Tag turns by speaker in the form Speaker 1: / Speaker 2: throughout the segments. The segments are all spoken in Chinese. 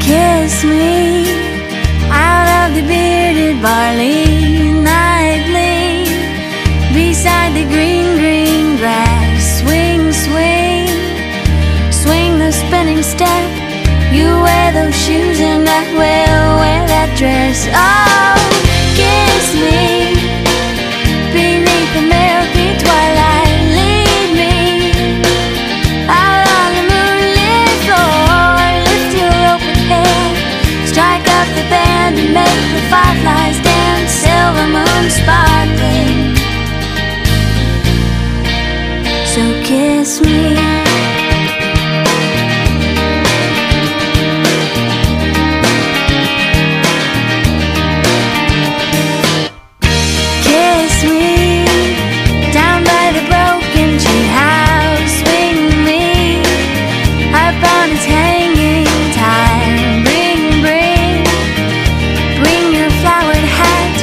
Speaker 1: Kiss me out of the bearded barley nightly beside the green, green grass. Swing, swing, swing the spinning step. You wear those shoes and I will wear that dress. Oh, kiss me beneath the milky twilight. Lead me out on the moonlit floor, lift your open head, strike up the band and make the fireflies dance, silver moon sparkling. So kiss me. Kiss me down by the broken tree house, swing me up on its hanging time. Bring, bring, bring your flowered hat.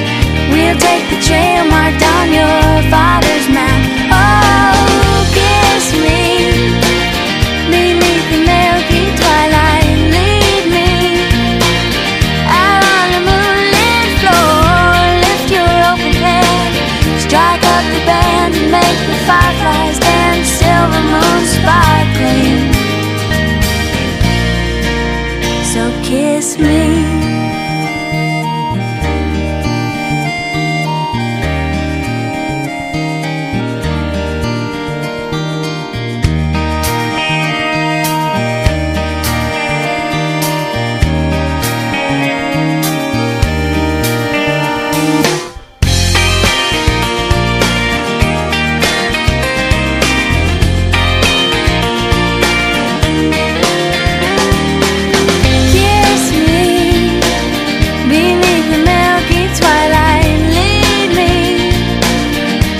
Speaker 1: We'll take the trail marked on your father's map. Oh, kiss me beneath the milky twilight. Lead me out on the moonlit floor, lift your open head, strike up the band and make the fireflies dance, silver moon sparkling. So kiss me. Kiss me beneath the milky twilight. Lead me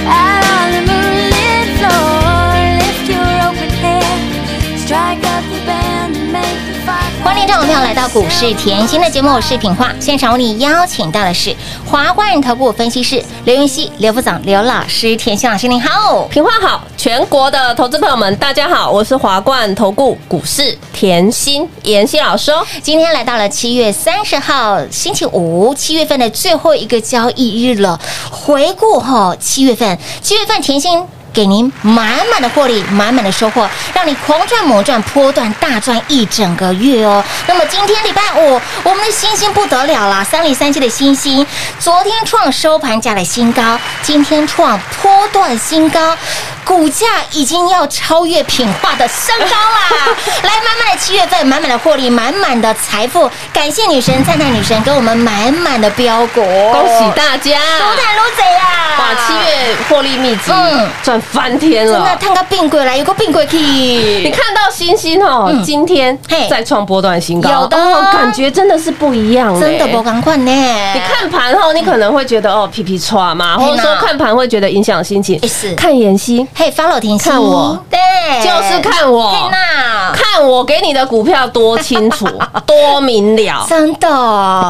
Speaker 1: out on the moonlit floor. Lift your open head, strike up the band and make the fire.
Speaker 2: 欢迎听众朋友来到股市甜心的节目，我是品化。现场为你邀请到的是华冠投顾分析师刘云熙、刘副长、刘老师、甜心老师，您好。
Speaker 3: 平话好，全国的投资朋友们，大家好，我是华冠投顾股市甜心妍希老师哦。
Speaker 2: 今天来到了七月三十号星期五，七月份的最后一个交易日了。回顾哈、七月份，七月份甜心。给您满满的获利，满满的收获，让你狂赚猛赚，波段大赚一整个月哦。那么今天礼拜五，我们的星星不得了啦，三零三七的星星，昨天创收盘价的新高，今天创波段新高，股价已经要超越品化的升高 啦！来，满满的七月份，满满的获利，满满的财富，感谢女神，赞叹女神，给我们满满的标股，
Speaker 3: 恭
Speaker 2: 恭
Speaker 3: 喜大家！
Speaker 2: 撸蛋撸贼啊啦！
Speaker 3: 哇，七月获利密集
Speaker 2: 嗯，
Speaker 3: 赚翻天
Speaker 2: 真的
Speaker 3: 了。
Speaker 2: 探个病鬼来，有个病鬼
Speaker 3: 你
Speaker 2: 去。
Speaker 3: 看到星星哦
Speaker 2: 嗯，
Speaker 3: 今天
Speaker 2: 嘿
Speaker 3: 再创波段新高，
Speaker 2: 有的啊
Speaker 3: 哦感觉真的是不一样嘞，
Speaker 2: 真
Speaker 3: 欸
Speaker 2: 的不啊赶快呢！你，
Speaker 3: 你看盘后，你可能会觉得哦皮皮喘嘛，
Speaker 2: 嘿呐
Speaker 3: 或者说看盘会觉得影响心情
Speaker 2: 也是。
Speaker 3: 看妍希，
Speaker 2: 嘿，follow 甜心，
Speaker 3: 看我，
Speaker 2: 对，
Speaker 3: 就是看我
Speaker 2: 嘿，娜，
Speaker 3: 看我给你的股票多 清楚、多明了。
Speaker 2: 真的，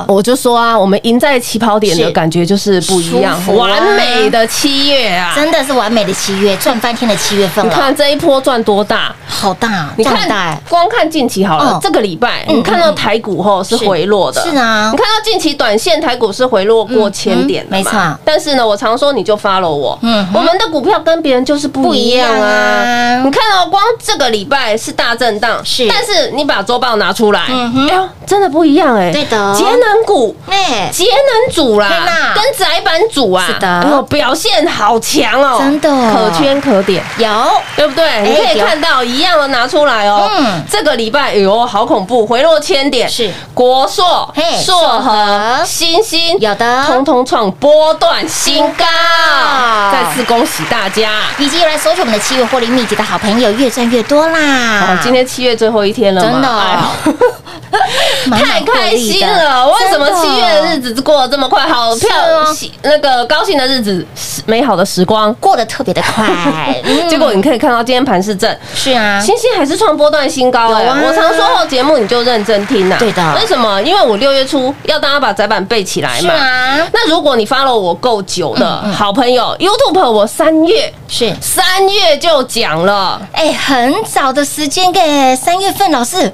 Speaker 3: 我就说啊，我们赢在起跑点
Speaker 2: 是
Speaker 3: 的感觉就是不一样
Speaker 2: 舒，服啊
Speaker 3: 完美的七月啊！
Speaker 2: 真的是完美的七月，赚翻天的七月份
Speaker 3: 你
Speaker 2: 了，
Speaker 3: 看这一波赚多大？
Speaker 2: 好大，
Speaker 3: 你
Speaker 2: 这么大
Speaker 3: 看
Speaker 2: 哎，，
Speaker 3: 光看近期好
Speaker 2: 嗯
Speaker 3: 了，这个礼拜
Speaker 2: 嗯
Speaker 3: 你看到台股后是
Speaker 2: 是
Speaker 3: 回落的，
Speaker 2: 是啊
Speaker 3: 你看到近期短线台股是回落过千点
Speaker 2: 嗯
Speaker 3: 的
Speaker 2: 嗯没错
Speaker 3: 嘛？但是呢，我常说你就 follow 我，
Speaker 2: 嗯哼
Speaker 3: 我们的股票跟别人就是不一样
Speaker 2: 不一样啊
Speaker 3: 啊。你看到光这个礼拜是大震荡，
Speaker 2: 是
Speaker 3: 但是你把周报拿出来，
Speaker 2: 嗯哼
Speaker 3: 哎呦，真的不一样哎，
Speaker 2: 对的
Speaker 3: 节能股。
Speaker 2: 哎，
Speaker 3: 节能组
Speaker 2: 天哪
Speaker 3: 啦，跟窄板组啊，
Speaker 2: 是的
Speaker 3: 哎呦表现好强哦，
Speaker 2: 真的
Speaker 3: 可圈可点，
Speaker 2: 有
Speaker 3: 哎对不对？你可以看到一样大轮拿出来哦。
Speaker 2: 嗯
Speaker 3: 这个礼拜，哎呦，好恐怖，回落千点
Speaker 2: 是
Speaker 3: 国硕
Speaker 2: 嘿、
Speaker 3: 硕
Speaker 2: 硕
Speaker 3: 和
Speaker 2: 和、
Speaker 3: 星星
Speaker 2: 有的
Speaker 3: 通通创波段新啊
Speaker 2: 新
Speaker 3: 高
Speaker 2: 高。
Speaker 3: 再次恭喜大家！
Speaker 2: 以及有来索取我们的七月获利秘籍的好朋友，越赚越多啦
Speaker 3: 哦！，今天七月最后一天了嘛，
Speaker 2: 真的
Speaker 3: 哎呀
Speaker 2: 满
Speaker 3: 太
Speaker 2: 满获
Speaker 3: 开
Speaker 2: 利的
Speaker 3: 心了！为什么
Speaker 2: 真的
Speaker 3: 七月的哦日子过得这么快？好
Speaker 2: 是
Speaker 3: 漂
Speaker 2: 哦
Speaker 3: 喜那个高兴的日子，美好的时光。？
Speaker 2: 过得特别的快
Speaker 3: 结果你可以看到今天盘市正，
Speaker 2: 嗯是嗯啊，
Speaker 3: 星星还是创波段新高哎、
Speaker 2: 有啊
Speaker 3: 我常说后节目你就认真听呐、啊
Speaker 2: 对的
Speaker 3: 为什么？因为我六月初要大家把窄板背起来
Speaker 2: 是
Speaker 3: 嘛。
Speaker 2: 啊，嗯
Speaker 3: 那如果你 follow 我够久的好朋友、YouTube，我三月
Speaker 2: 是。
Speaker 3: 三月就讲了，
Speaker 2: 哎、很早的时间给三月份，老师，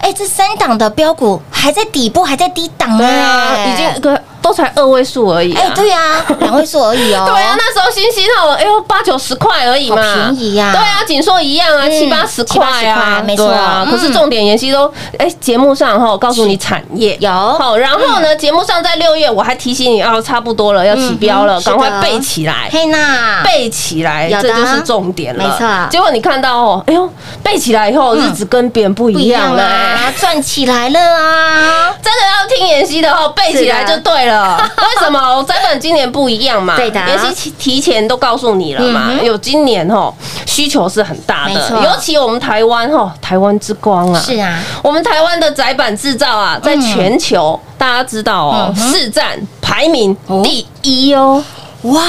Speaker 2: 哎、这三档的标股还在底部，还在低档
Speaker 3: 对
Speaker 2: 呢、
Speaker 3: 啊，已经个都才二位数而已、啊。
Speaker 2: 哎、对啊，两位数而已哦。
Speaker 3: 对啊，那时候新星哦，哎呦八九十块而已嘛，
Speaker 2: 好便宜呀
Speaker 3: 对啊，紧说一样啊，
Speaker 2: 嗯
Speaker 3: 七八十
Speaker 2: 七八
Speaker 3: 块
Speaker 2: 十
Speaker 3: 啊
Speaker 2: 块，没错
Speaker 3: 对啊
Speaker 2: 嗯
Speaker 3: 可是重点妍希都哎节目上哈告诉你产业
Speaker 2: 有嗯
Speaker 3: 好，然后呢节目上在六月我还提醒你哦，差不多了要起标
Speaker 2: 嗯
Speaker 3: 了，
Speaker 2: 哼
Speaker 3: 赶快
Speaker 2: 是的
Speaker 3: 背起来。
Speaker 2: 嘿娜，
Speaker 3: 背起来，
Speaker 2: 有
Speaker 3: 这
Speaker 2: 的
Speaker 3: 就是重点了。
Speaker 2: 没错
Speaker 3: 结果你看到哦，哎呦，背起来以后
Speaker 2: 嗯
Speaker 3: 日子跟别人不
Speaker 2: 不
Speaker 3: 一
Speaker 2: 一
Speaker 3: 样啊
Speaker 2: 样啊
Speaker 3: 了。
Speaker 2: 啦，赚起来了 啊！
Speaker 3: 真的要听妍希的话，背起来就对了。为 什么？我摘本今年不一样嘛。
Speaker 2: 对的
Speaker 3: 妍希提提前都告诉你了嘛
Speaker 2: 嗯。哼
Speaker 3: 有今年吼需求是很大
Speaker 2: 没
Speaker 3: 的，
Speaker 2: 错
Speaker 3: 尤其我们台湾吼台湾之光啊，
Speaker 2: 是啊，
Speaker 3: 我们台湾的窄板制造啊，在全球大家知道哦
Speaker 2: 嗯，哼
Speaker 3: 市占排名第一哦，
Speaker 2: 哇，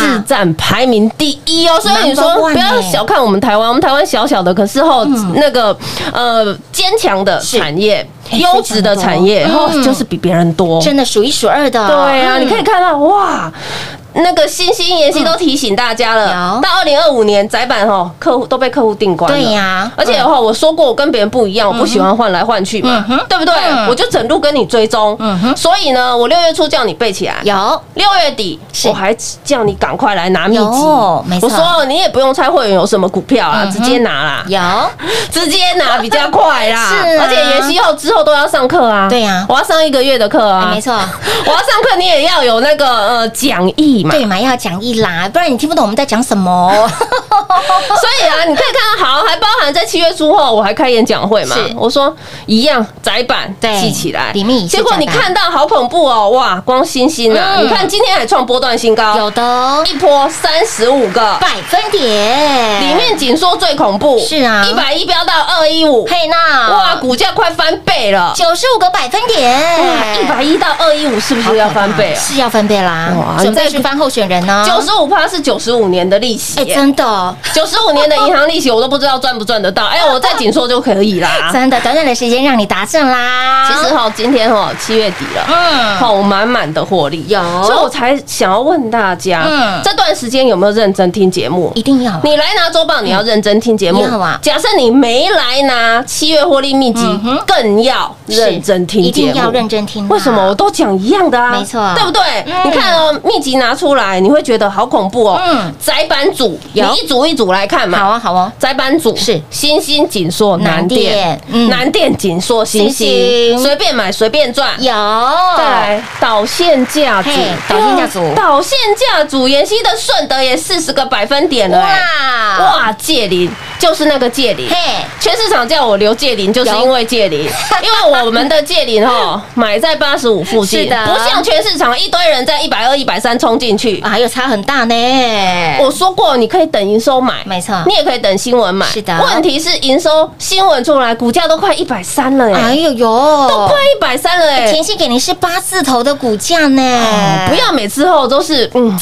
Speaker 3: 市占排名第一哦。所以你说
Speaker 2: Number one 嗯
Speaker 3: 不要
Speaker 2: 欸
Speaker 3: 小看我们台湾，我们台湾小小的，可是吼那个呃坚强的产业。
Speaker 2: 哎
Speaker 3: 优质的
Speaker 2: 非常多
Speaker 3: 产业，哦，
Speaker 2: 嗯
Speaker 3: 就是比别人多，
Speaker 2: 真的数一数二的。
Speaker 3: 对啊，
Speaker 2: 嗯
Speaker 3: 你可以看到哇。那个星星妍希都提醒大家了，
Speaker 2: 嗯有
Speaker 3: 到二零二五年窄板哦，客户都被客户定关了。
Speaker 2: 对呀嗯
Speaker 3: 而且哈，我说过我跟别人不一样，我不喜欢换来换去嘛
Speaker 2: 嗯哼，
Speaker 3: 对不对
Speaker 2: 嗯？
Speaker 3: 我就整路跟你追踪
Speaker 2: 嗯，哼
Speaker 3: 所以呢，我六月初叫你背起来，
Speaker 2: 有
Speaker 3: 六月底
Speaker 2: 是
Speaker 3: 我还叫你赶快来拿秘籍
Speaker 2: 有没，错
Speaker 3: 我说哦你也不用猜会员有什么股票啦，
Speaker 2: 嗯哼
Speaker 3: 直接拿啦，
Speaker 2: 有，
Speaker 3: 直接拿比较快啦。
Speaker 2: 是啊
Speaker 3: 而且研习后之后都要上课啊，
Speaker 2: 对呀
Speaker 3: 我要上一个月的课啊，
Speaker 2: 哎没错，
Speaker 3: 我要上课，你也要有那个呃讲义嘛。
Speaker 2: 对嘛，要讲义啦，不然你听不懂我们在讲什么。
Speaker 3: 所以啊，你可以看到，好，还包含在七月初后，我还开演讲会嘛
Speaker 2: 是。
Speaker 3: 我说一样窄版
Speaker 2: 对
Speaker 3: 记起来，
Speaker 2: 里面也是
Speaker 3: 结果你
Speaker 2: 窄板
Speaker 3: 看到好恐怖哦，哇，光星星啊，
Speaker 2: 嗯
Speaker 3: 你看今天还创波段新高，
Speaker 2: 有的哦
Speaker 3: 一波三十五个，
Speaker 2: 百分点
Speaker 3: 里面紧缩最恐怖，
Speaker 2: 是啊
Speaker 3: 一百一飙到二一五，
Speaker 2: 嘿娜，
Speaker 3: 哇，股价快翻倍了，
Speaker 2: 九十五个百分
Speaker 3: 哇，
Speaker 2: 点，
Speaker 3: 一百一到二一五是不是要翻倍啊？
Speaker 2: 是要翻倍啦
Speaker 3: 哇！
Speaker 2: 准
Speaker 3: 你
Speaker 2: 备
Speaker 3: 在
Speaker 2: 去翻候选人呢，
Speaker 3: 九十五趴是九十五年的利息
Speaker 2: 哎，
Speaker 3: 耶，
Speaker 2: 真的
Speaker 3: 九十五年的银行利息，我都不知道赚不赚得到。哎、我再紧缩就可以啦。
Speaker 2: 真的，短短的时间让你达阵啦。
Speaker 3: 啊其实，哈，今天哈七月底了，
Speaker 2: 嗯，
Speaker 3: 好满满的获利，
Speaker 2: 有
Speaker 3: 所以我才想要问大家，
Speaker 2: 嗯
Speaker 3: 这段时间有没有认真听节目？
Speaker 2: 一定要
Speaker 3: 你来拿周报，你要认真听节目
Speaker 2: 要啊。
Speaker 3: 假设你没来拿七月获利秘籍
Speaker 2: 嗯哼，
Speaker 3: 更要认真
Speaker 2: 一
Speaker 3: 听节
Speaker 2: 定要
Speaker 3: 目。
Speaker 2: 认真听啊。
Speaker 3: 为什么我都讲一样的啊？
Speaker 2: 没错
Speaker 3: 对不对？你看哦，秘籍拿出来，你会觉得好恐怖哦。
Speaker 2: 嗯
Speaker 3: 窄板组，你
Speaker 2: 有
Speaker 3: 一组一组来看嘛。
Speaker 2: 好啊，好啊，
Speaker 3: 窄板组
Speaker 2: 是
Speaker 3: 新兴紧缩南
Speaker 2: 南
Speaker 3: 电
Speaker 2: 电，嗯
Speaker 3: 南电紧缩新
Speaker 2: 新
Speaker 3: 兴，
Speaker 2: 兴
Speaker 3: 随便买随便赚。
Speaker 2: 有
Speaker 3: 再来导线架组
Speaker 2: 嘿，导线架组
Speaker 3: 哎呦导线架组，妍希的顺德也四十个百分点了、哎
Speaker 2: 哇哇，
Speaker 3: 哇，借零就是那个借零，
Speaker 2: 嘿，
Speaker 3: 全市场叫我留借零，就是因为借 零，因为我们的借零哦，买在八十五附近，
Speaker 2: 是的
Speaker 3: 不像全市场一堆人在一百二、一百三冲进去。
Speaker 2: 啊，又差很大呢。哎
Speaker 3: 我说过，你可以等营收买，
Speaker 2: 没错
Speaker 3: 你也可以等新闻买。
Speaker 2: 啊是的
Speaker 3: 问题是营收新闻出来，股价都快一百三了
Speaker 2: 哎
Speaker 3: 哎，
Speaker 2: 呦
Speaker 3: 都
Speaker 2: 呦
Speaker 3: 快，一百三了哎。
Speaker 2: 甜心给您是八字头的骨架呢，
Speaker 3: 哦不要每次后都是嗯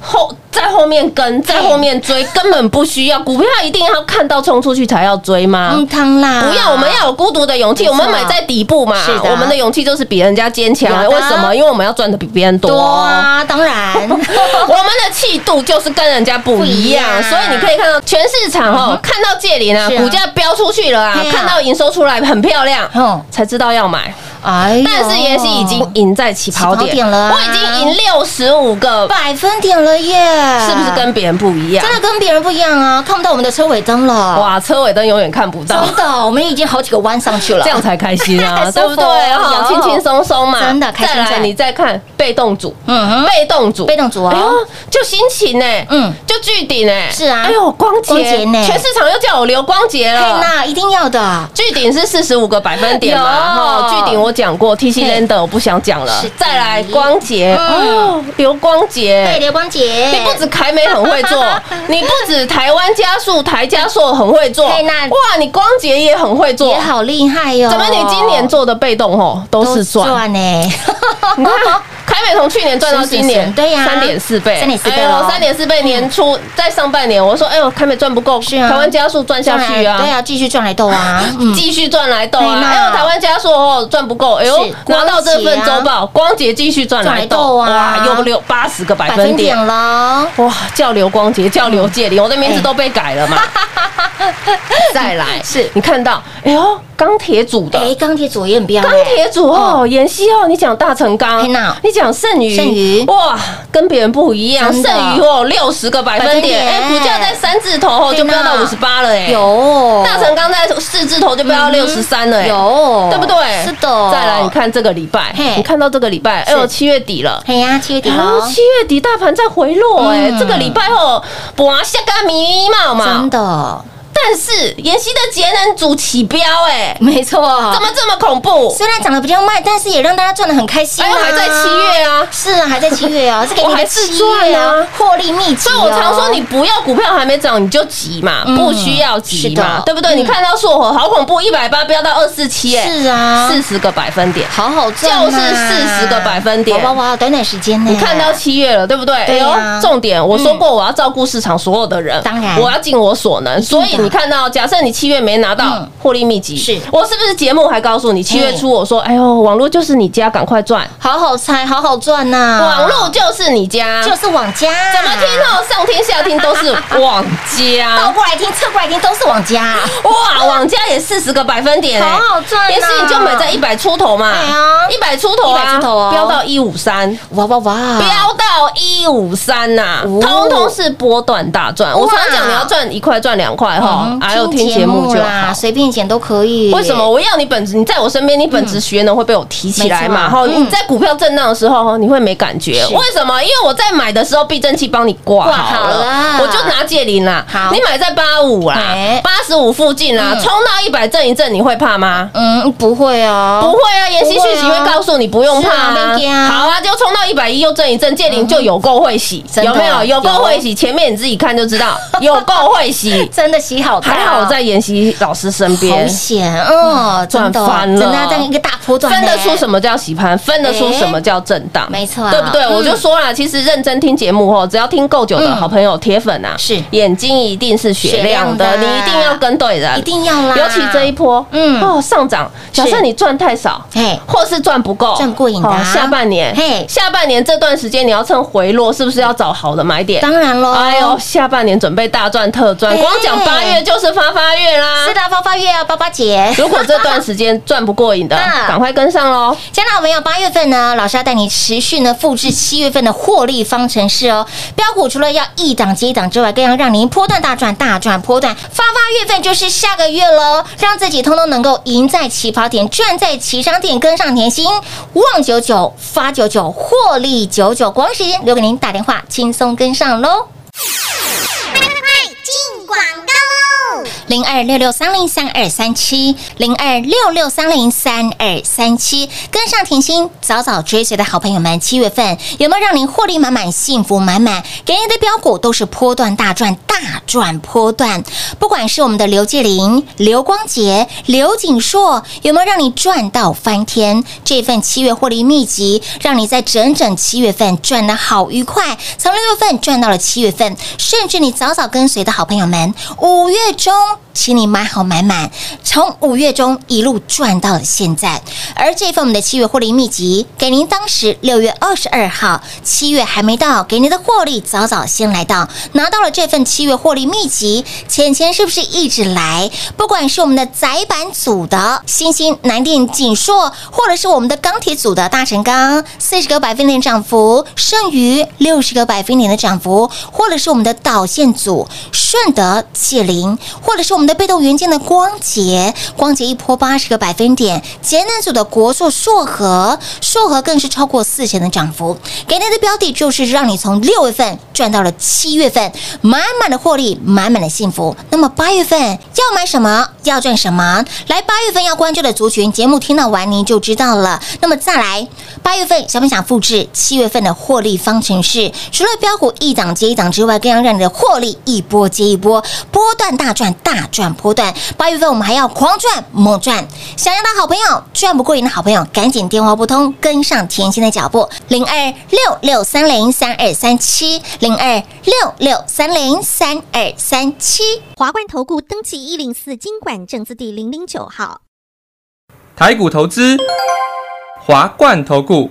Speaker 3: 后在后面
Speaker 2: 哎
Speaker 3: 跟在后面追，根本不需要。股票一定要看到冲出去才要追吗？
Speaker 2: 嗯汤啦，
Speaker 3: 不要，我们要有孤独的勇气。
Speaker 2: 没
Speaker 3: 我
Speaker 2: 错
Speaker 3: 们买在底部嘛
Speaker 2: 是，的
Speaker 3: 我们的勇气就是比人家坚强。
Speaker 2: 有的
Speaker 3: 为什么？因为我们要赚的比别人多。
Speaker 2: 多
Speaker 3: 我
Speaker 2: 啊，当 然
Speaker 3: 们的气度就是跟人家不一
Speaker 2: 不一
Speaker 3: 样，
Speaker 2: 样嗯
Speaker 3: 所以你可以看到全市场哦，看到借零啊，
Speaker 2: 是啊
Speaker 3: 股价飙出去了啊
Speaker 2: 对，啊
Speaker 3: 看到营收出来很漂亮
Speaker 2: 嗯，
Speaker 3: 才知道要买。
Speaker 2: 哎呦，
Speaker 3: 但是妍希已经赢在起跑
Speaker 2: 起跑
Speaker 3: 点
Speaker 2: 点了啊
Speaker 3: 我已经赢六十五个，
Speaker 2: 百分点了耶，
Speaker 3: 是不是跟别人不一
Speaker 2: 啊
Speaker 3: 样？
Speaker 2: 真的跟别人不一样啊？看不到我们的车尾灯了，哇，
Speaker 3: 哇，车尾灯永远看不到，
Speaker 2: 真的，我们已经好几个弯上去了，
Speaker 3: 这样才开心啊，
Speaker 2: 太舒
Speaker 3: 对
Speaker 2: 服
Speaker 3: 不对？
Speaker 2: 了
Speaker 3: 哦，
Speaker 2: 有
Speaker 3: 轻轻松松嘛，
Speaker 2: 真的开心
Speaker 3: 再来，
Speaker 2: 在
Speaker 3: 你再看被动组，
Speaker 2: 嗯哼，
Speaker 3: 被动组，
Speaker 2: 被动组哦
Speaker 3: 哎呦，就心情呢，
Speaker 2: 嗯
Speaker 3: 嗯，就巨顶哎，
Speaker 2: 是啊
Speaker 3: 哎呦，光洁，
Speaker 2: 光洁呢
Speaker 3: 全市场又叫我刘光洁
Speaker 2: 看
Speaker 3: 了。
Speaker 2: 呐，一定要的，
Speaker 3: 巨顶是四十五个百分点嘛？
Speaker 2: 有
Speaker 3: 哈，巨顶我讲过，T C
Speaker 2: 嘿
Speaker 3: Lander 我不想讲了
Speaker 2: 是的。
Speaker 3: 再来光洁，
Speaker 2: 嗯
Speaker 3: 哦，刘光
Speaker 2: 对，
Speaker 3: 洁，
Speaker 2: 哎刘光姐，
Speaker 3: 你不止凯美很会 做，你不止台湾加速、台加速很会做，
Speaker 2: 嘿那
Speaker 3: 哇，你光洁也很会做
Speaker 2: 也，好哦厉害哟，
Speaker 3: 怎么你今年做的被动哦都是赚？
Speaker 2: 赚呢？
Speaker 3: 你看凯美从去年赚到今
Speaker 2: 是是
Speaker 3: 年，
Speaker 2: 是对呀
Speaker 3: 三点四倍，哎
Speaker 2: 3.4倍咯
Speaker 3: 三点四倍年初在上半年，我说哎呦凯美赚不够，
Speaker 2: 是啊
Speaker 3: 台湾加速赚 下去啊，
Speaker 2: 对啊，继续赚来斗啊，嗯，
Speaker 3: 继续赚来斗
Speaker 2: 对
Speaker 3: 啊！
Speaker 2: 嘛
Speaker 3: 哎呦，台湾加速哦赚不够，哎呦
Speaker 2: 是，
Speaker 3: 拿到这
Speaker 2: 光
Speaker 3: 份
Speaker 2: 洁啊
Speaker 3: 周报，光洁继续赚来
Speaker 2: 赚来斗
Speaker 3: 斗
Speaker 2: 啊
Speaker 3: 哇，又六八十个百
Speaker 2: 百
Speaker 3: 分
Speaker 2: 分
Speaker 3: 点
Speaker 2: 点。嗯了，
Speaker 3: 哇，叫刘光洁，叫刘介林，我的名字都被改了 嘛。再 来，
Speaker 2: 是
Speaker 3: 你看到，哎呦，钢铁组的
Speaker 2: 哎，钢铁组也很彪，
Speaker 3: 钢铁组哦，妍希哦，你讲大成钢
Speaker 2: 嘿呐，
Speaker 3: 你讲剩余，
Speaker 2: 剩余
Speaker 3: 哇，跟别人不一样，
Speaker 2: 真
Speaker 3: 剩
Speaker 2: 的
Speaker 3: 余哦六十个百分点，
Speaker 2: 百分
Speaker 3: 哎，
Speaker 2: 点
Speaker 3: 股价在三字头哦
Speaker 2: 嘿呐
Speaker 3: 就飙到五十八了哎，
Speaker 2: 有
Speaker 3: 大成钢在四字头就飙到
Speaker 2: 嗯
Speaker 3: 六十三了哎，
Speaker 2: 有，
Speaker 3: 对不对？
Speaker 2: 是的，
Speaker 3: 再来，你，看这个礼拜
Speaker 2: 嘿，
Speaker 3: 你看到这个礼拜，哎呦，七月底了。
Speaker 2: 哎呀，七月底
Speaker 3: 然
Speaker 2: 了
Speaker 3: 后，七月底大盘在回落、哎、
Speaker 2: 嗯
Speaker 3: 这个礼拜哦，哇，下个迷冒嘛
Speaker 2: 真。的，
Speaker 3: 但是妍希的节能组起标、哎，
Speaker 2: 没错，
Speaker 3: 怎么这么恐怖？
Speaker 2: 虽然涨得比较慢，但是也让大家赚得很开心、啊。
Speaker 3: 哎呦，还在七月啊，
Speaker 2: 是啊，还在七月 啊，这给你
Speaker 3: 我
Speaker 2: 的
Speaker 3: 还是
Speaker 2: 七
Speaker 3: 赚
Speaker 2: 月
Speaker 3: 啊
Speaker 2: 啊，获利密集、
Speaker 3: 所以我常说，你。不要股票还没涨你就急嘛，
Speaker 2: 嗯
Speaker 3: 不需要急
Speaker 2: 是的嗯
Speaker 3: 嘛，对不对？你看到硕和好恐怖，一百八飙到二四七，哎，
Speaker 2: 是啊，
Speaker 3: 四十个百分点。
Speaker 2: 好好赚、啊，
Speaker 3: 就是40个百分点
Speaker 2: 哇哇哇，短短时间呢，
Speaker 3: 你看到七月了，对不对？
Speaker 2: 哎
Speaker 3: 哎
Speaker 2: 对啊
Speaker 3: 重点我说过，我要照顾市场所有的人，
Speaker 2: 当然
Speaker 3: 我要尽我所能。
Speaker 2: 定
Speaker 3: 所
Speaker 2: 的
Speaker 3: 以你看到，假设你七月没拿到
Speaker 2: 嗯
Speaker 3: 获利秘籍，
Speaker 2: 是
Speaker 3: 我是不是节目还告诉你，七月初我说，哎呦，网络就是你家，赶快赚，
Speaker 2: 好好猜，好好赚呐、
Speaker 3: 网络就是你家，
Speaker 2: 啊就是啊网家，
Speaker 3: 怎么听？哦，上听下听都是网
Speaker 2: 倒
Speaker 3: 家。
Speaker 2: 过来听，侧过来听，都是网家。
Speaker 3: 哇，网家也四十个百分点、欸，
Speaker 2: 好好赚啊
Speaker 3: 也是你就买在一百出头嘛，
Speaker 2: 对啊
Speaker 3: 一百出头
Speaker 2: 100
Speaker 3: 啊，
Speaker 2: 出头哦
Speaker 3: 飙到一五三，
Speaker 2: 哇哇哇！
Speaker 3: 飙到一五三呐，
Speaker 2: 哦
Speaker 3: 通通是波段大赚。我
Speaker 2: 哇
Speaker 3: 常讲你要赚一块赚两块哈
Speaker 2: 嗯，
Speaker 3: 还有哦哎听节目就好
Speaker 2: 啦，。随便捡都可以。
Speaker 3: 为什么？我要你本质？你在我身边，你本质学能会被我提起来嘛？
Speaker 2: 没错
Speaker 3: 哈，
Speaker 2: 嗯
Speaker 3: 你在股票震荡的时候，你会没感觉。
Speaker 2: 是
Speaker 3: 为什么？因为我在买的时候，避震器帮你挂
Speaker 2: 挂
Speaker 3: 好
Speaker 2: 好了
Speaker 3: 了，我就拿借零啦
Speaker 2: 好。
Speaker 3: 你买在八五啦
Speaker 2: 哎，
Speaker 3: 八十五附近啦，
Speaker 2: 嗯
Speaker 3: 冲到一百震一震，你会怕吗？
Speaker 2: 嗯，不会啊，
Speaker 3: 不会啊，妍希
Speaker 2: 不会啊
Speaker 3: 讯息会告诉你不用怕
Speaker 2: 是啊
Speaker 3: 啊
Speaker 2: 没怕啊。
Speaker 3: 好啊，就冲到一百一又震一震，借零就有够会洗，
Speaker 2: 真的
Speaker 3: 有没有？有够
Speaker 2: 嗯有
Speaker 3: 会洗，前面你自己看就知 道，有够会洗。
Speaker 2: 真的洗好大哦，
Speaker 3: 还好我啊在妍希老师身
Speaker 2: 好
Speaker 3: 边，
Speaker 2: 险哦，真的
Speaker 3: 嗯赚翻了
Speaker 2: 真的这样一个大波段
Speaker 3: 分
Speaker 2: 呢，
Speaker 3: 得出什么叫洗盘，分得出什么叫震荡，
Speaker 2: 没错啊
Speaker 3: 对不对？
Speaker 2: 嗯
Speaker 3: 我就说了，其实认真听节目后，只要听够久的
Speaker 2: 嗯
Speaker 3: 好朋友、铁粉啊，
Speaker 2: 是
Speaker 3: 眼睛一定是雪亮
Speaker 2: 雪亮
Speaker 3: 的，你
Speaker 2: 的啊
Speaker 3: 一定要跟对人，
Speaker 2: 一定要啦，
Speaker 3: 尤其这一波，
Speaker 2: 嗯
Speaker 3: 嗯，哦，上涨。假设
Speaker 2: 是
Speaker 3: 你赚太少
Speaker 2: 嘿，
Speaker 3: 或是赚不够，
Speaker 2: 赚不过瘾的啊
Speaker 3: 哦下半年，
Speaker 2: 嘿
Speaker 3: 下半年这段时间你要趁回落，是不是要找好的买点？
Speaker 2: 当然喽，
Speaker 3: 哎呦，下半年准备大赚特赚，
Speaker 2: 嘿
Speaker 3: 光讲八月就是发发月啦
Speaker 2: 是。的，发发月啊，八八姐。
Speaker 3: 如果这段时间赚不过 瘾的，
Speaker 2: 嗯
Speaker 3: 赶快跟上喽。
Speaker 2: 将来我们有八月份呢，老师要带你持续呢复制七月份的获利方程式哦。标股除了要一档接一档之外，更要让您波段大赚、大赚波段。发发月份就是下个月喽，让自己通通能够赢在起跑点，赚在起涨点，跟上甜心。旺九九发九九，获利九九，光时间留给您打电话，轻松跟上喽。零二六六三零三二三七，零二六六三零三二三七，跟上甜心，早早追随的好朋友们，七月份有没有让您获利满满、幸福满满？给你的标股都是波段大赚、大赚波段，不管是我们的刘介林、刘光杰、刘景硕，有没有让你赚到翻天？这份七月获利秘籍，让你在整整七月份赚的好愉快，从六月份赚到了七月份，甚至你早早跟随的好朋友们，五月中。请你买好买满，从五月中一路赚到了现在。而这份我们的七月获利秘籍，给您当时六月二十二号，七月还没到，给您的获利早早先来到。拿到了这份七月获利秘籍，钱钱是不是一直来？不管是我们的窄板组的新兴南电锦硕，或者是我们的钢铁组的大成钢，四十个百分点涨幅，剩余六十个百分点的涨幅，或者是我们的导线组顺德、启灵，或者是我们的被动元件的光洁，光洁一波八十个百分点，节能组的国硕、硕和，硕和更是超过四成的涨幅。给您的标的就是让你从六月份赚到了七月份，满满的获利，满满的幸福。那么八月份要买什么？要赚什么？来，八月份要关注的族群，节目听到完您就知道了。那么再来，八月份想不想复制七月份的获利方程式？除了标股一档接一档之外，更要让你的获利一波接一波，波段大赚，大赚波段。八月份我们还要狂赚猛赚，想要的好朋友，赚不过瘾的好朋友，赶紧电话拨通，跟上甜心的脚步，零二六六三零三二三七，零二六六三零三二三七。
Speaker 4: 华冠投顾登记一零四经管证字第零零九号，
Speaker 5: 台股投资，华冠投顾，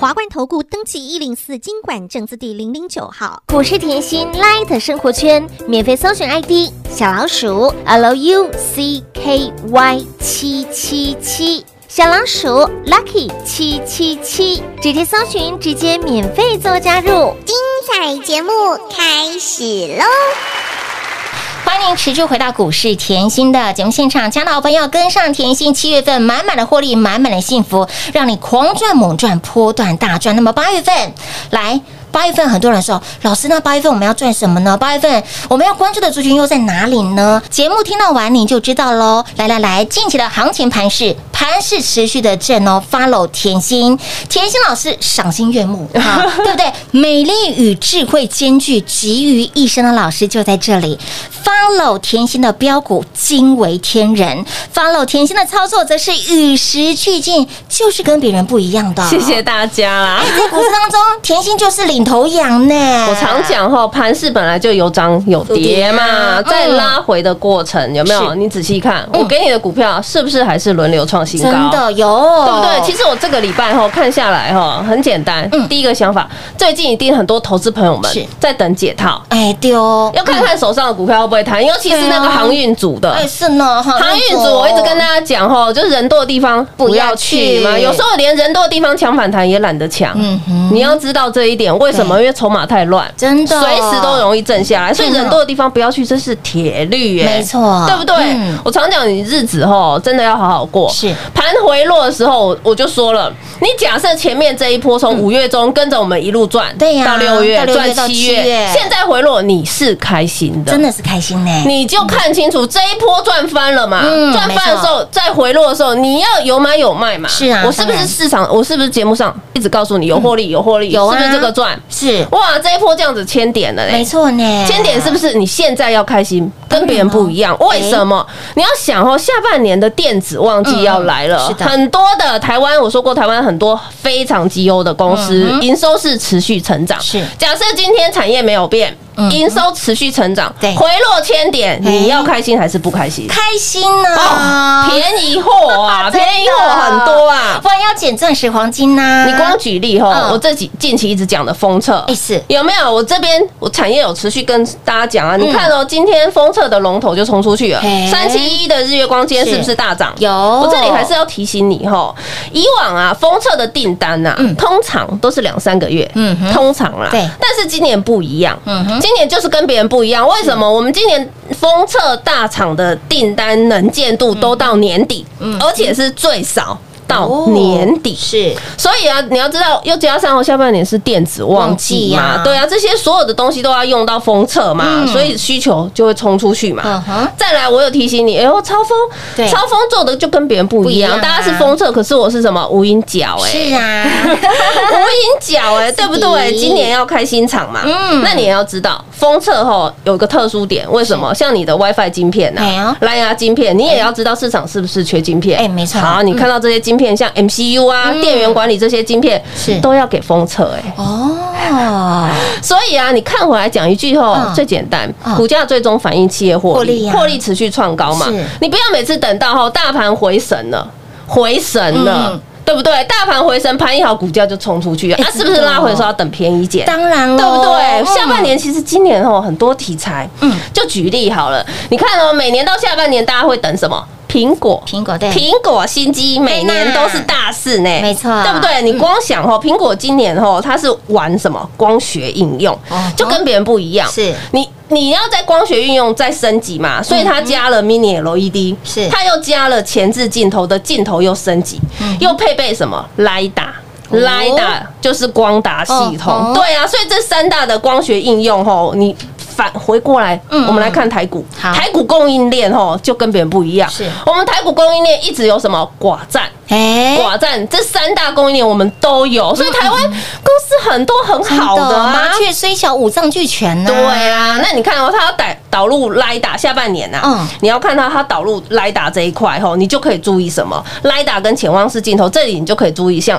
Speaker 4: 华冠投顾登记一零四经管证字第零零九号。
Speaker 6: 股市甜心 Light 生活圈免费搜寻 ID 小老鼠 Lucky 七七七，小老鼠 Lucky 七七七，直接搜寻，直接免费做加入。
Speaker 2: 欢迎持续回到股市甜心的节目现场，亲爱的好朋友，跟上甜心七月份满满的获利，满满的幸福，让你狂赚猛赚，波段大赚。那么八月份来。八月份很多人说，老师，那八月份我们要赚什么呢？八月份我们要关注的族群又在哪里呢？节目听到完你就知道喽。来来来，近期的行情盘势，盘势持续的震哦，follow 甜心，甜心老师赏心悦 目啊，对不对？美丽与智慧兼具，集于一身的老师就在这里。follow 甜心的标股惊为天人，follow 甜心的操作则是与时俱进，就是跟别人不一样的、
Speaker 3: 谢谢大家啦。
Speaker 2: 在股市当中，甜心就是领头羊呢。
Speaker 3: 我常讲哈，盘市本来就有涨有跌嘛，
Speaker 2: 嗯
Speaker 3: 在拉回的过程有没有？
Speaker 2: 是嗯
Speaker 3: 你仔细看，我给你的股票是不是还是轮流创新高？
Speaker 2: 真的有，
Speaker 3: 对不对？其
Speaker 2: 实
Speaker 3: 实我这个礼拜哈看下来哈，很简单
Speaker 2: 嗯。
Speaker 3: 第一个想法，最近一定很多投资朋友们
Speaker 2: 是
Speaker 3: 在等解套，
Speaker 2: 哎对哦，
Speaker 3: 要看看手上的股票会不会弹，尤其是那
Speaker 2: 对
Speaker 3: 个
Speaker 2: 啊
Speaker 3: 航运组的。
Speaker 2: 哎哦是呢，哈
Speaker 3: 航运组，我一直跟大家讲吼，就是人多的地方不要去嘛。
Speaker 2: 不要去
Speaker 3: 有时候连人多的地方抢反弹也懒得抢，
Speaker 2: 嗯哼
Speaker 3: 你要知道这一点。为什么？因为筹码太乱，
Speaker 2: 真的
Speaker 3: 随时都容易震下来，所以
Speaker 2: 真的
Speaker 3: 人多的地方不要去，这是铁律耶，
Speaker 2: 没错
Speaker 3: 对不对
Speaker 2: 嗯？
Speaker 3: 我常讲，你日子吼真的要好好过。
Speaker 2: 是
Speaker 3: 盘回落的时候，我我就说了，你假设前面这一波从五月中跟着我们一路赚，
Speaker 2: 嗯对呀
Speaker 3: 到六
Speaker 2: 到
Speaker 3: 月
Speaker 2: 六月
Speaker 3: 赚
Speaker 2: 到
Speaker 3: 七
Speaker 2: 七月
Speaker 3: 月，现在回落你是开心的，
Speaker 2: 真的是开心呢。
Speaker 3: 你就看清楚这一波赚翻了嘛
Speaker 2: 嗯？
Speaker 3: 赚翻的时候，再回落的时候，你要有买有卖嘛？
Speaker 2: 是啊
Speaker 3: 我是不
Speaker 2: 当然
Speaker 3: 是市场？我是不是节目上一直告诉你有获利，有获利，
Speaker 2: 有啊
Speaker 3: 是不是这个赚？
Speaker 2: 是
Speaker 3: 哇，这一波这样子千点了嘞
Speaker 2: 没！错呢，
Speaker 3: 千点是不是你现在要开心，跟别人不一
Speaker 2: 嗯
Speaker 3: 样？为什么？你要想哦，下半年的电子旺季要来
Speaker 2: 嗯
Speaker 3: 了
Speaker 2: 是，的
Speaker 3: 很多的台湾，我说过台湾很多非常绩优的公司
Speaker 2: 嗯，哼
Speaker 3: 营收是持续成长。
Speaker 2: 是
Speaker 3: 假设今天产业没有变
Speaker 2: 嗯，
Speaker 3: 营收持续成长，
Speaker 2: 对
Speaker 3: 回落千点，
Speaker 2: 哎
Speaker 3: 你要开心还是不开心？
Speaker 2: 开心呢、
Speaker 3: 哦，便宜货啊，
Speaker 2: 真的
Speaker 3: 便宜货很多啊。
Speaker 2: 不然要捡钻石、黄金呐、
Speaker 3: 你光举例哈
Speaker 2: 嗯，
Speaker 3: 我这几近期一直讲的封测，
Speaker 2: 哎是嗯
Speaker 3: 有没有？我这边我产业有持续跟大家讲啊，你看哦，今天封测的龙头就冲出去了
Speaker 2: 嘿，
Speaker 3: 三七一的日月光今天
Speaker 2: 是
Speaker 3: 是不是大涨？
Speaker 2: 有，
Speaker 3: 我这里还是要提醒你哈，以往啊封测的订单呐、啊
Speaker 2: 嗯
Speaker 3: 通常都是两三个月，
Speaker 2: 嗯哼
Speaker 3: 通常啦，
Speaker 2: 对
Speaker 3: 但是今年不一样，
Speaker 2: 嗯哼嗯
Speaker 3: 今今年就是跟别人不一样，为什么？我们今年封测大厂的订单能见度都到年底，而且是最少到年底。
Speaker 2: 嗯哦是
Speaker 3: 所以啊，你要知道，又加上哦下半年是电子旺
Speaker 2: 旺
Speaker 3: 季
Speaker 2: 季
Speaker 3: 嘛，
Speaker 2: 呀
Speaker 3: 对啊，这些所有的东西都要用到封测嘛，所以需求就会冲出去
Speaker 2: 嗯
Speaker 3: 嘛
Speaker 2: 哼。
Speaker 3: 再来，我有提醒你，哎呦，超
Speaker 2: 对
Speaker 3: 风，超风做的就跟别人不一
Speaker 2: 不
Speaker 3: 样
Speaker 2: 一样，啊
Speaker 3: 大家是封测，可是我是什么无影脚哎，
Speaker 2: 是 啊，
Speaker 3: 无影脚哎，对不对？
Speaker 2: 的
Speaker 3: 今年要开新厂嘛，
Speaker 2: 嗯
Speaker 3: 那你也要知道，封测吼有一个特殊点，为什么？像你的 WiFi 晶片
Speaker 2: 哎呦
Speaker 3: 呐、蓝牙晶片，你也要知道市场是不是缺晶片？
Speaker 2: 哎没错
Speaker 3: 好，你看到这些晶片，像 MCU 啊、电源管理这些晶片，
Speaker 2: 是
Speaker 3: 都要给封测哎。
Speaker 2: 哦，
Speaker 3: 所以啊，你看回来讲一句吼
Speaker 2: 嗯，
Speaker 3: 最简单
Speaker 2: 嗯，
Speaker 3: 股价最终反映企业获
Speaker 2: 获利
Speaker 3: 利，
Speaker 2: 呀
Speaker 3: 获利持续创高嘛
Speaker 2: 是。
Speaker 3: 你不要每次等到吼大盘回神了，回神了
Speaker 2: 嗯。
Speaker 3: 对不对？大盘回神，盘一好，股价就冲出去了。
Speaker 2: 哎
Speaker 3: 那、是不是
Speaker 2: 真的哦
Speaker 3: 拉回的时候要等便宜点？
Speaker 2: 当然了，
Speaker 3: 对不对？
Speaker 2: 嗯
Speaker 3: 下半年其实今年哦很多题材，
Speaker 2: 嗯
Speaker 3: 嗯，就举例好了，你看哦，每年到下半年大家会等什么？苹果。
Speaker 2: 苹果对，
Speaker 3: 苹果新机每年都是大事呢，
Speaker 2: 没错嗯
Speaker 3: 对不对？你光想哦，苹果今年哦，它是玩什么光学应用
Speaker 2: 哦，
Speaker 3: 就跟别人不一样。
Speaker 2: 是嗯
Speaker 3: 你你要在光学运用再升级嘛，所以它加了 mini LED，
Speaker 2: 是
Speaker 3: 它又加了前置镜头的镜头又升级，
Speaker 2: 嗯
Speaker 3: 又配备什么 LiDAR。LiDAR 就是光达系
Speaker 2: 哦哦哦
Speaker 3: 统，对啊，所以这三大的光学应用吼，你返回过来，
Speaker 2: 嗯
Speaker 3: 我们来看台股，
Speaker 2: 好
Speaker 3: 台股供应链吼就跟别人不一样，
Speaker 2: 是
Speaker 3: 我们台股供应链一直有什么寡占，
Speaker 2: 哎，
Speaker 3: 寡占这三大供应链我们都有，所以台湾公司很多很好的
Speaker 2: 嗯真
Speaker 3: 啊
Speaker 2: 麻，雀虽小，五脏俱全呢，
Speaker 3: 对啊，那你看哦，它要导导入莱达下半年呐、啊，
Speaker 2: 嗯
Speaker 3: 你要看到它导入莱达这一块吼，你就可以注意什么？莱达跟潜望式镜头，这里你就可以注意像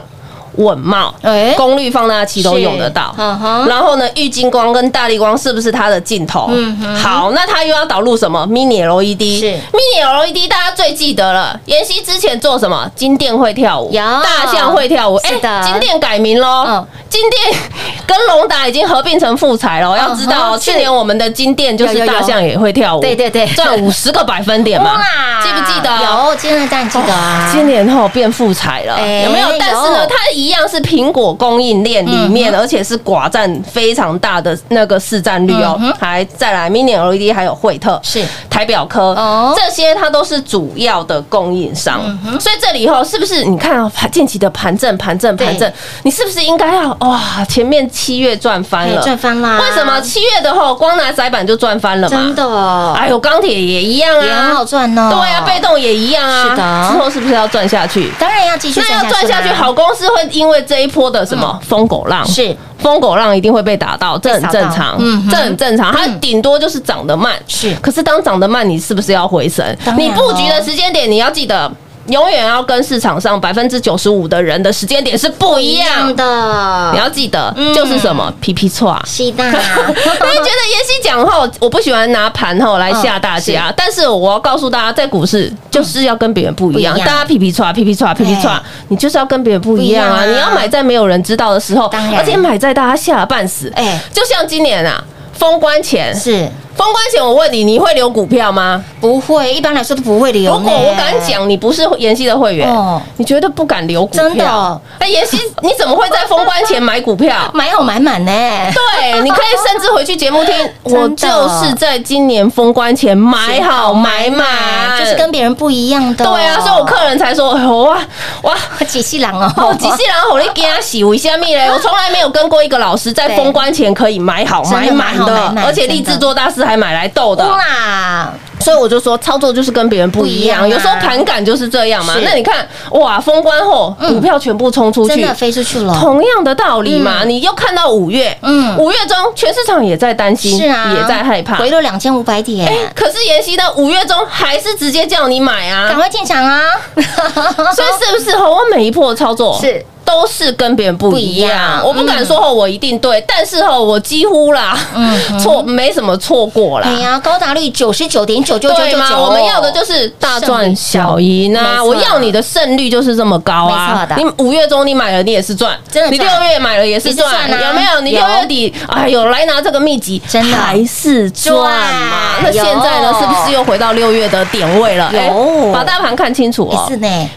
Speaker 3: 稳茂、
Speaker 2: 哎
Speaker 3: 功率放大器都
Speaker 2: 是
Speaker 3: 用得到。
Speaker 2: 嗯哼，
Speaker 3: 然后呢，玉金光跟大力光是不是它的镜头？
Speaker 2: 嗯
Speaker 3: 好，那它又要导入什么 Mini LED？
Speaker 2: 是
Speaker 3: Mini LED，大家最记得了。妍希之前做什么？金店会跳舞，
Speaker 2: 有
Speaker 3: 大象会跳舞。
Speaker 2: 是的
Speaker 3: 金店改名
Speaker 2: 嗯
Speaker 3: 喽。金店跟龙达已经合并成富彩了。要知道哦，
Speaker 2: 是
Speaker 3: 去年我们的金店就
Speaker 2: 有有
Speaker 3: 是
Speaker 2: 有
Speaker 3: 大象也会跳舞，
Speaker 2: 对对对
Speaker 3: 赚五十个百分点嘛，记不记得？
Speaker 2: 啊有，今天当然记得啊，
Speaker 3: 今年后变富财了，
Speaker 2: 哎
Speaker 3: 有没有
Speaker 2: 有？嗯
Speaker 3: 但是呢，它一样是苹果供应链里面，而且是寡占非常大的那个市占率哦。还再来 Mini LED，还有 E 惠特
Speaker 2: 嗯是
Speaker 3: 台表科
Speaker 2: 哦嗯
Speaker 3: 这些它都是主要的供应商。所以这里后是不是你看啊，盘近期的盘正盘正
Speaker 2: 对
Speaker 3: 盘正，你是不是应该要哇？前面七月赚翻
Speaker 2: 哎
Speaker 3: 了，
Speaker 2: 赚翻啦，
Speaker 3: 为什么七月的后光拿窄板就赚翻了嘛？
Speaker 2: 真的，哦，
Speaker 3: 哎呦，钢铁也一样啊，
Speaker 2: 也很好赚哦，
Speaker 3: 对啊，被动也一样啊。
Speaker 2: 是的
Speaker 3: 之后是不是要赚下去？
Speaker 2: 当然要继续
Speaker 3: 那要
Speaker 2: 赚
Speaker 3: 赚下去，
Speaker 2: 啦
Speaker 3: 好公司会因为这一波的什么疯狗浪，
Speaker 2: 嗯是
Speaker 3: 疯狗浪一定会被打到，这很
Speaker 2: 扫到
Speaker 3: 正常
Speaker 2: 嗯哼，
Speaker 3: 这很正常。它顶多就是涨得慢，
Speaker 2: 是
Speaker 3: 可是当涨得慢，你是不是要回神
Speaker 2: 当？然啊
Speaker 3: 你布局
Speaker 2: 咯
Speaker 3: 的时间点，你要记得。永远要跟市场上百分之九十五的人的时间点是不一样的，
Speaker 2: 的，嗯
Speaker 3: 你要记得就是什么皮皮错。啊
Speaker 2: 是 的，
Speaker 3: 因为觉得妍希讲后，我不喜欢拿盘后来吓大家，
Speaker 2: 嗯
Speaker 3: 但是我要告诉大家，在股市就是要跟别人不一样，
Speaker 2: 不一样哎
Speaker 3: 大家皮皮刷、皮皮刷、皮皮刷，你就是要跟别人不一样啊！
Speaker 2: 不一样啊
Speaker 3: 你要买在没有人知道的时候
Speaker 2: 当然，
Speaker 3: 而且买在大家吓得半死。
Speaker 2: 哎
Speaker 3: 就像今年啊，封关前，
Speaker 2: 是
Speaker 3: 封关前我问你，你会留股票吗？
Speaker 2: 不会，一般来说都不会留
Speaker 3: 如
Speaker 2: 呢。
Speaker 3: 果我敢讲你不是妍希的会员
Speaker 2: 哦，
Speaker 3: 你绝对不敢留股
Speaker 2: 真的
Speaker 3: 票
Speaker 2: 哦。
Speaker 3: 那妍希，你怎么会在封关前买股票？
Speaker 2: 买好买满呢，
Speaker 3: 对，你可以甚至回去节目听，我
Speaker 2: 真
Speaker 3: 就
Speaker 2: 的
Speaker 3: 是在今年封关前买好买满，
Speaker 2: 就是跟别人不一样的。
Speaker 3: 对啊，所以我客人才说，哎呦哇哇。
Speaker 2: 解析狼哦，
Speaker 3: 哦，几世人吼你给他洗为虾米嘞？ 我从来没有跟过一个老师在封关前可以买好
Speaker 2: 真的
Speaker 3: 买满
Speaker 2: 买好买
Speaker 3: 的，
Speaker 2: 满
Speaker 3: 而且立
Speaker 2: 真
Speaker 3: 志
Speaker 2: 的
Speaker 3: 做大师还买来斗的。
Speaker 2: 啦，
Speaker 3: 所以我就说，操作就是跟别人不一样，
Speaker 2: 不一样啊
Speaker 3: 有时候盘感就是这样嘛
Speaker 2: 是。
Speaker 3: 那你看，哇，封关后股票全部冲出
Speaker 2: 真
Speaker 3: 去
Speaker 2: 的，飞出去了，
Speaker 3: 同样的道理嘛，你又看到五月，
Speaker 2: 嗯
Speaker 3: 嗯，五月中全市场也在担心，
Speaker 2: 是啊，
Speaker 3: 也在害怕。
Speaker 2: 回落两千五百点，
Speaker 3: 可是妍希的五月中还是直接叫你买
Speaker 2: 赶
Speaker 3: 哎啊，
Speaker 2: 快进场啊！
Speaker 3: 所以是不是吼我每一波的操作
Speaker 2: 是
Speaker 3: 都是跟别人不一
Speaker 2: 不一
Speaker 3: 样
Speaker 2: 样？
Speaker 3: 我不敢说吼我一定对，但是吼我几乎啦，
Speaker 2: 嗯
Speaker 3: 错没什么错过
Speaker 2: 哎
Speaker 3: 啦。
Speaker 2: 呀，高达率九十九点九九九
Speaker 3: 对
Speaker 2: 九
Speaker 3: 吗？
Speaker 2: 九，
Speaker 3: 我们要的就是哦大赚小赢
Speaker 2: 胜率
Speaker 3: 啊！
Speaker 2: 高
Speaker 3: 我
Speaker 2: 没错
Speaker 3: 要你的胜率就是这么高啊
Speaker 2: 没！
Speaker 3: 你
Speaker 2: 错
Speaker 3: 五月中你买了，你也是赚；
Speaker 2: 真的
Speaker 3: 你六
Speaker 2: 赚
Speaker 3: 月买了也是
Speaker 2: 也
Speaker 3: 赚，
Speaker 2: 是赚啊
Speaker 3: 有没有？你
Speaker 2: 有
Speaker 3: 六月底，哎呦，来拿这个秘籍，
Speaker 2: 真的
Speaker 3: 还是赚嘛？
Speaker 2: 赚
Speaker 3: 那现在呢，
Speaker 2: 有
Speaker 3: 是不是又回到六月的点位了？哎
Speaker 2: 有
Speaker 3: 把大盘看清楚
Speaker 2: 哎
Speaker 3: 哦
Speaker 2: 是，呢，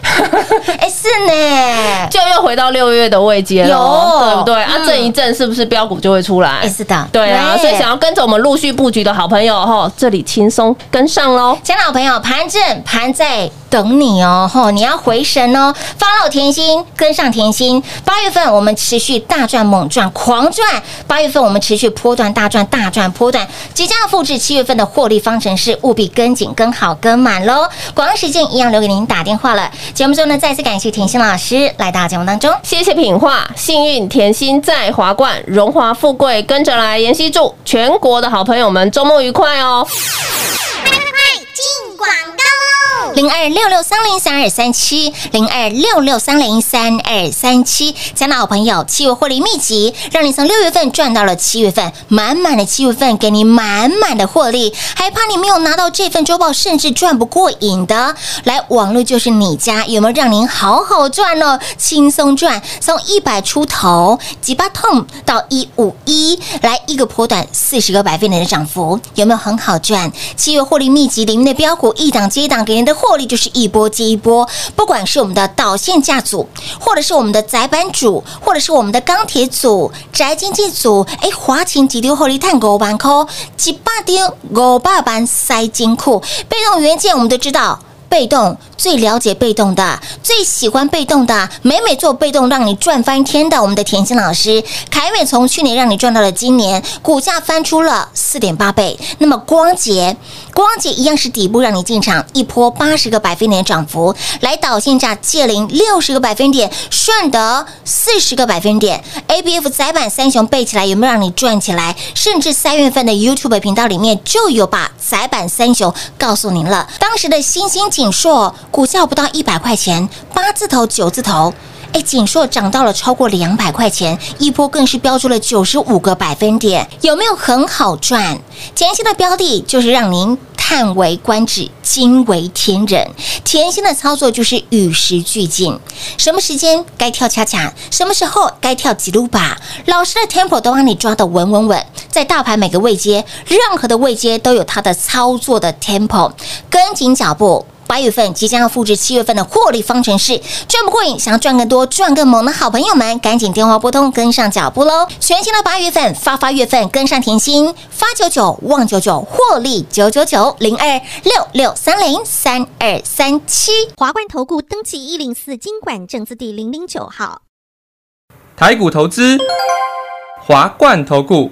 Speaker 2: 哎是呢，
Speaker 3: 就又回到六月的位阶了，
Speaker 2: 有
Speaker 3: 对不对？啊，这一阵是不是标股就会出来
Speaker 2: 哎，？是的，
Speaker 3: 对啊，
Speaker 2: 对
Speaker 3: 所以想要跟着我们陆续布局的好朋友哈，这里轻松跟上喽。
Speaker 2: 亲爱的好朋友，盘正盘在等你哦，吼，你要回神哦，follow 甜心，跟上甜心。八月份我们持续大赚猛赚狂赚，八月份我们持续波段大赚大赚波段，即将要复制七月份的获利方程式，务必跟紧跟好跟满喽。广告时间一样留给您打电话了。节目中呢，再次感谢甜心老师来到节目当中。
Speaker 3: 谢谢品画，幸运甜心在华冠，荣华富贵跟着来。妍希祝全国的好朋友们周末愉快哦！
Speaker 6: 进广告喽！
Speaker 2: 零二六六三零三二三七，零二六六三零三二三七，加拿好朋友，七月获利秘籍，让你从六月份赚到了七月份，满满的七月份给你满满的获利，还怕你没有拿到这份周报，甚至赚不过瘾的？来，网络就是你家，有没有让您好好赚哦？轻松赚，从一百出头，几巴痛到一五一，来一个波段四十个百分点的涨幅，有没有很好赚？七月获利秘籍里面的标股一档接一档，给您的获利就是一波接一波。不管是我们的导线架组，或者是我们的窄板组，或者是我们的钢铁组、宅经济组，哎，华勤急丢获利探五万块，一百丢五百万塞金库，被动元件我们都知道。被动最了解被动的，最喜欢被动的，每每做被动让你赚翻天的，我们的甜心老师凯美从去年让你赚到了今年，股价翻出了四点八倍。那么光洁，光洁一样是底部让你进场，一波八十个百分点涨幅，来导线价借零六十个百分点，顺德四十个百分点，ABF 窄板三雄背起来有没有让你赚起来？甚至三月份的 YouTube 频道里面就有把窄板三雄告诉您了，当时的新兴锦硕股价不到一百块钱，八字头九字头。哎，锦硕涨到了超过两百块钱，一波更是标出了九十五个百分点，有没有很好赚？甜心的标的就是让您叹为观止、惊为天人。甜心的操作就是与时俱进，什么时间该跳恰恰，什么时候该跳几路把，老师的 tempo 都帮你抓得稳稳稳，在大盘每个位阶，任何的位阶都有它的操作的 tempo，跟紧脚步。八月份即将要复制七月份的获利方程式，赚不过瘾，想要赚更多、赚更猛的好朋友们，赶紧电话拨通，跟上脚步喽！全新的八月份发发月份，跟上甜心发九九旺九九，获利九九九零二六六三零三二三七。
Speaker 4: 华冠投顾登记一零四经管证字第零零九号。
Speaker 5: 台股投资，华冠投顾。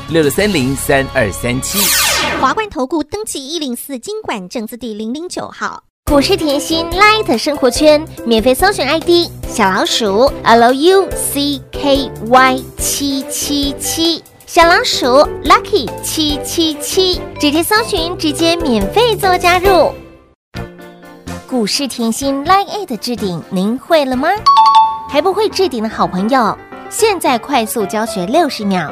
Speaker 7: 六六三零三二三七。
Speaker 4: 华冠投顾登记一零四经管证字第零零九号。
Speaker 6: 股市甜心 Light 生活圈免费搜寻 ID 小老鼠 Lucky 七七七，小老鼠 Lucky 七七七，直接搜寻，直接免费做加入。股市甜心 Line 的置顶，您会了吗？还不会置顶的好朋友，现在快速教学六十秒。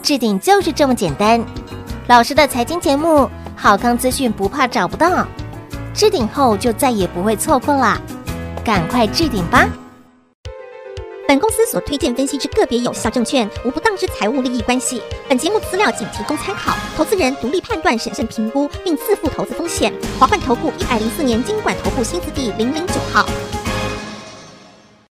Speaker 6: 置顶就是这么简单。老师的财经节目，好康资讯不怕找不到。置顶后就再也不会错过啦，赶快置顶吧！
Speaker 2: 本公司所推荐分析之个别有效证券，无不当之财务利益关系。本节目资料仅提供参考，投资人独立判断、审慎评估，并自负投资风险。华冠投顾一百零四年经管投顾新字第零零九号。